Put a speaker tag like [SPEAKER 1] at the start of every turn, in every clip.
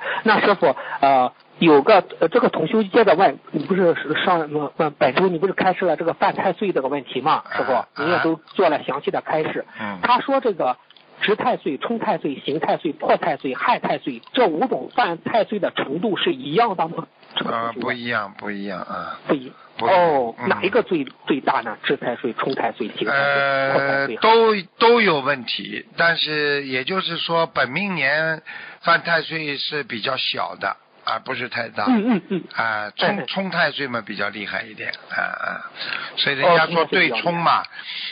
[SPEAKER 1] 那师傅，呃，有个呃这个同修接着问，你不是上呃本周你不是开示了这个犯太岁这个问题吗？师
[SPEAKER 2] 啊
[SPEAKER 1] 傅，你也都做了详细的开示。
[SPEAKER 2] 嗯
[SPEAKER 1] 他说这个值太岁、冲太岁、刑太岁、破太岁、害太岁这五种犯太岁的程度是一样的吗？这个
[SPEAKER 2] 呃，
[SPEAKER 1] 同学
[SPEAKER 2] 不一样，不一样啊。
[SPEAKER 1] 不一
[SPEAKER 2] 不一
[SPEAKER 1] 哦，
[SPEAKER 2] 嗯
[SPEAKER 1] 哪一个最最大呢？值太岁、冲太岁、刑太岁、破太
[SPEAKER 2] 呃
[SPEAKER 1] 岁、，害
[SPEAKER 2] 都都有问题，但是也就是说，本命年犯太岁是比较小的，而不是太大。
[SPEAKER 1] 嗯嗯嗯，
[SPEAKER 2] 啊，
[SPEAKER 1] 嗯
[SPEAKER 2] 冲冲太岁嘛比较厉害一点，啊啊，所以人家
[SPEAKER 1] 哦
[SPEAKER 2] 说
[SPEAKER 1] 冲太岁
[SPEAKER 2] 对
[SPEAKER 1] 比较厉害
[SPEAKER 2] 冲嘛，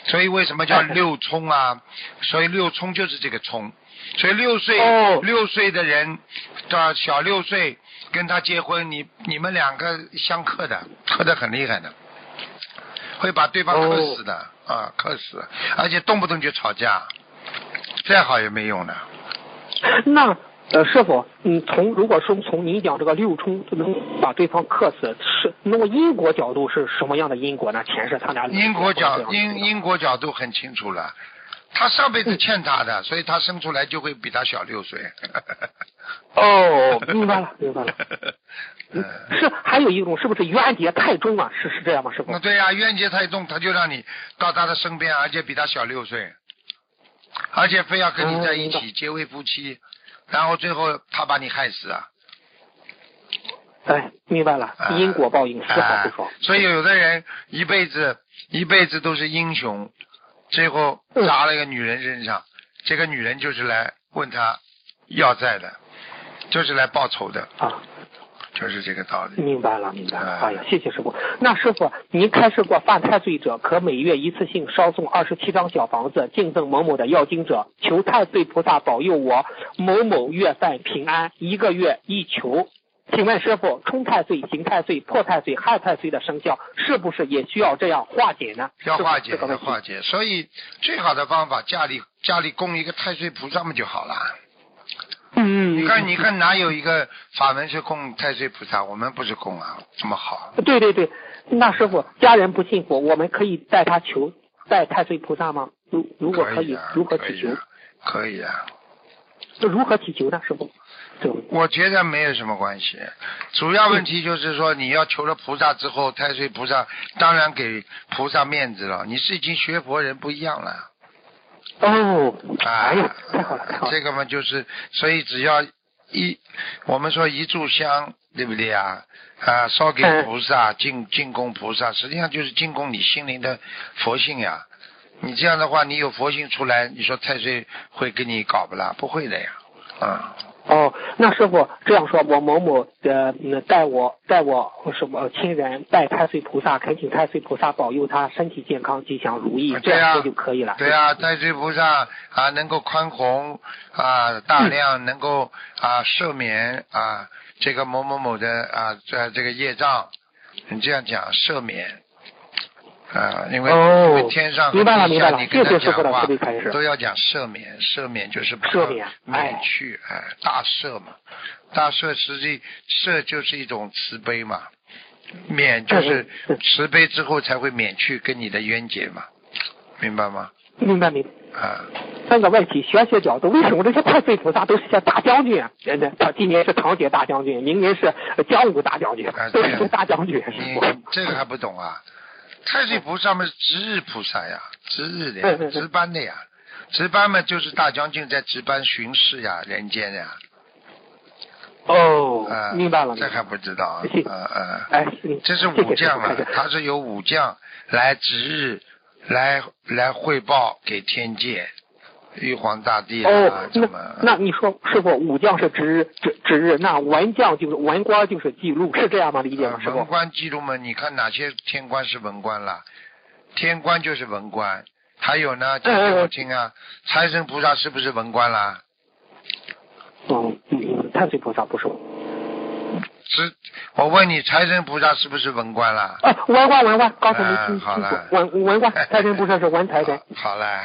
[SPEAKER 2] 所以为什么叫
[SPEAKER 1] 嗯
[SPEAKER 2] 六冲啊？所以六冲就是这个冲，所以六岁、
[SPEAKER 1] 哦
[SPEAKER 2] 六岁的人到小六岁跟他结婚，你你们两个相克的，克的很厉害的，会把对方克死的、
[SPEAKER 1] 哦
[SPEAKER 2] 啊，克死，而且动不动就吵架，再好也没用的。
[SPEAKER 1] 那呃，师傅，嗯，从如果说从您讲这个六冲能把对方克死，是那么因果角度是什么样的因果呢？前世他俩
[SPEAKER 2] 因果角因
[SPEAKER 1] 因
[SPEAKER 2] 因果角度很清楚了，他上辈子欠他的，所以他生出来就会比他小六岁。
[SPEAKER 1] 哦，明白了明白了，嗯
[SPEAKER 2] 嗯，
[SPEAKER 1] 是还有一种是不是冤结太重啊？是是这样吗，师傅
[SPEAKER 2] 那？对呀、冤结太重，他就让你到他的身边，而且比他小六岁，而且非要跟你在一
[SPEAKER 1] 哦
[SPEAKER 2] 起
[SPEAKER 1] 明
[SPEAKER 2] 结为夫妻，然后最后他把你害死啊。
[SPEAKER 1] 哎，明白了，
[SPEAKER 2] 啊
[SPEAKER 1] 因果报应是好
[SPEAKER 2] 哎
[SPEAKER 1] 不爽。
[SPEAKER 2] 所以有的人一辈子一辈子都是英雄，最后
[SPEAKER 1] 嗯
[SPEAKER 2] 砸了一个女人身上，这个女人就是来问他要债的，就是来报仇的，
[SPEAKER 1] 啊，
[SPEAKER 2] 就是这个道理。
[SPEAKER 1] 明白了，明白了。
[SPEAKER 2] 哎
[SPEAKER 1] 哎呀，谢谢师傅。那师傅，您开示过犯太岁者，可每月一次性烧送二十七张小房子，敬赠某某的要经者，求太岁菩萨保佑我某某月份平安，一个月一求。请问师傅，冲太岁、刑太岁、破太岁、害太岁的生肖，是不是也需要这样化解呢？
[SPEAKER 2] 要化
[SPEAKER 1] 是
[SPEAKER 2] 解，
[SPEAKER 1] 不是这个
[SPEAKER 2] 要
[SPEAKER 1] 问
[SPEAKER 2] 化
[SPEAKER 1] 题。
[SPEAKER 2] 解。所以最好的方法，家里家里供一个太岁菩萨嘛就好了。
[SPEAKER 1] 嗯，
[SPEAKER 2] 你看，你看，哪有一个法门是供太岁菩萨？我们不是供啊，这么好。
[SPEAKER 1] 对对对，那师傅，家人不信佛，我们可以带他求带太岁菩萨吗？如如果可
[SPEAKER 2] 以啊，
[SPEAKER 1] 如何
[SPEAKER 2] 可
[SPEAKER 1] 祈
[SPEAKER 2] 以
[SPEAKER 1] 求？
[SPEAKER 2] 啊，可以啊。
[SPEAKER 1] 如何祈求呢？师傅，对，
[SPEAKER 2] 我觉得没有什么关系，主要问题就是说你要求了菩萨之后，太岁菩萨当然给菩萨面子了。你是已经学佛人不一样了，
[SPEAKER 1] 哦，
[SPEAKER 2] 啊
[SPEAKER 1] 哎呀，太好了，太好了，
[SPEAKER 2] 这个嘛就是，所以只要一我们说一炷香，对不对啊？啊，烧给
[SPEAKER 1] 嗯
[SPEAKER 2] 菩萨，进进供菩萨，实际上就是进供你心灵的佛性呀。你这样的话，你有佛性出来，你说太岁会给你搞不啦？不会的呀，啊、
[SPEAKER 1] 哦，那师傅这样说，我某某呃，嗯带我带我什么亲人拜太岁菩萨，恳请太岁菩萨保佑他身体健康、吉祥如意，
[SPEAKER 2] 啊
[SPEAKER 1] 这
[SPEAKER 2] 对啊
[SPEAKER 1] 样说就可以了。
[SPEAKER 2] 对啊，太岁菩萨啊，能够宽宏啊，大量能够啊赦免啊这个某某某的啊这这个业障，你这样讲赦免啊，因为、
[SPEAKER 1] 哦
[SPEAKER 2] 因为天上和
[SPEAKER 1] 明白了
[SPEAKER 2] 地
[SPEAKER 1] 明白
[SPEAKER 2] 下
[SPEAKER 1] 了
[SPEAKER 2] 你跟他
[SPEAKER 1] 谢谢师傅
[SPEAKER 2] 讲
[SPEAKER 1] 的
[SPEAKER 2] 话
[SPEAKER 1] 慈悲开示
[SPEAKER 2] 都要讲赦免，赦免就是把
[SPEAKER 1] 赦免
[SPEAKER 2] 它免
[SPEAKER 1] 哎
[SPEAKER 2] 去，哎，大赦嘛，大赦实际赦就是一种慈悲嘛，免就是
[SPEAKER 1] 嗯嗯
[SPEAKER 2] 慈悲之后才会免去跟你的冤结嘛，明白吗？
[SPEAKER 1] 明白明白。
[SPEAKER 2] 啊，
[SPEAKER 1] 三个问题，玄学角度，为什么这些太岁菩萨都是些大将军啊？真的，他今年是唐杰大将军，明年是呃江武大将军
[SPEAKER 2] 啊，
[SPEAKER 1] 都
[SPEAKER 2] 对
[SPEAKER 1] 是
[SPEAKER 2] 啊
[SPEAKER 1] 些大将军。
[SPEAKER 2] 你
[SPEAKER 1] 师傅
[SPEAKER 2] 这个还不懂啊？太岁菩萨嘛，值日菩萨呀，值日的
[SPEAKER 1] 嗯嗯
[SPEAKER 2] 呀，
[SPEAKER 1] 嗯
[SPEAKER 2] 值班的呀，值班嘛就是大将军在值班巡视呀，人间呀，
[SPEAKER 1] 哦
[SPEAKER 2] 啊、，
[SPEAKER 1] 明白了。
[SPEAKER 2] 这还不知道 啊
[SPEAKER 1] 谢，
[SPEAKER 2] 啊啊，
[SPEAKER 1] 哎，
[SPEAKER 2] 这是
[SPEAKER 1] 谢谢
[SPEAKER 2] 武将啊
[SPEAKER 1] 师傅开示，
[SPEAKER 2] 他是由武将来值日，来来汇报给天界，玉皇大帝啊
[SPEAKER 1] 哦，，
[SPEAKER 2] 怎
[SPEAKER 1] 那
[SPEAKER 2] 么？
[SPEAKER 1] 那你说师傅，武将是值值值日，那文将就是文官就是记录，是这样吗？理解吗，师
[SPEAKER 2] 呃文
[SPEAKER 1] 傅？
[SPEAKER 2] 官记录嘛，你看哪些天官是文官了？天官就是文官，还有呢，讲
[SPEAKER 1] 嗯嗯嗯
[SPEAKER 2] 给我听啊，财神菩萨是不是文官啦？
[SPEAKER 1] 嗯嗯嗯，太岁菩萨不是我
[SPEAKER 2] 是，我问你，财神菩萨是不是文官啦？
[SPEAKER 1] 啊，文官文官，刚才没
[SPEAKER 2] 啊
[SPEAKER 1] 听
[SPEAKER 2] 好
[SPEAKER 1] 清楚
[SPEAKER 2] 了，
[SPEAKER 1] 文文 官，财神不是是文财神。
[SPEAKER 2] 好了，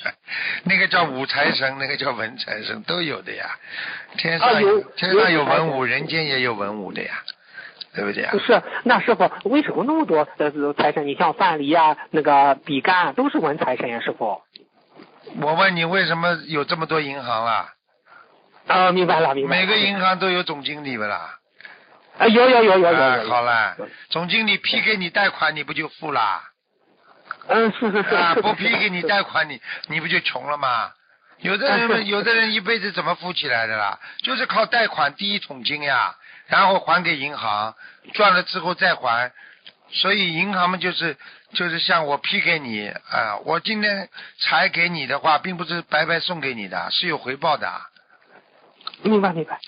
[SPEAKER 2] 那个叫武财神，那个叫文财神，都有的呀。天上、
[SPEAKER 1] 啊有
[SPEAKER 2] 天上
[SPEAKER 1] 有
[SPEAKER 2] 有
[SPEAKER 1] 财神
[SPEAKER 2] 文武，人间也有文武的呀，对不对呀？
[SPEAKER 1] 是，那师傅为什么那么多呃财神？你像范蠡啊，那个比干啊都是文财神呀、师傅。
[SPEAKER 2] 啊我问你，为什么有这么多银行啦？
[SPEAKER 1] 啊，明白了，明白了。
[SPEAKER 2] 每个银行都有总经理不啦？
[SPEAKER 1] 啊，有有有有有
[SPEAKER 2] 哎，
[SPEAKER 1] 有。
[SPEAKER 2] 好了
[SPEAKER 1] 有，
[SPEAKER 2] 总经理批给你贷款，你不就 富啦？
[SPEAKER 1] 嗯，是是是。
[SPEAKER 2] 啊，
[SPEAKER 1] 是
[SPEAKER 2] 不批给你。贷款，你你不就穷了吗？有的 人，有的人一辈子怎么富起来的啦？就是靠贷款第一桶金呀，然后还给银行，赚了之后再还。所以银行们就是就是像我批给你啊，我今天才给你的话，并不是白白送给你的，是有回报的。
[SPEAKER 1] 是明白明白。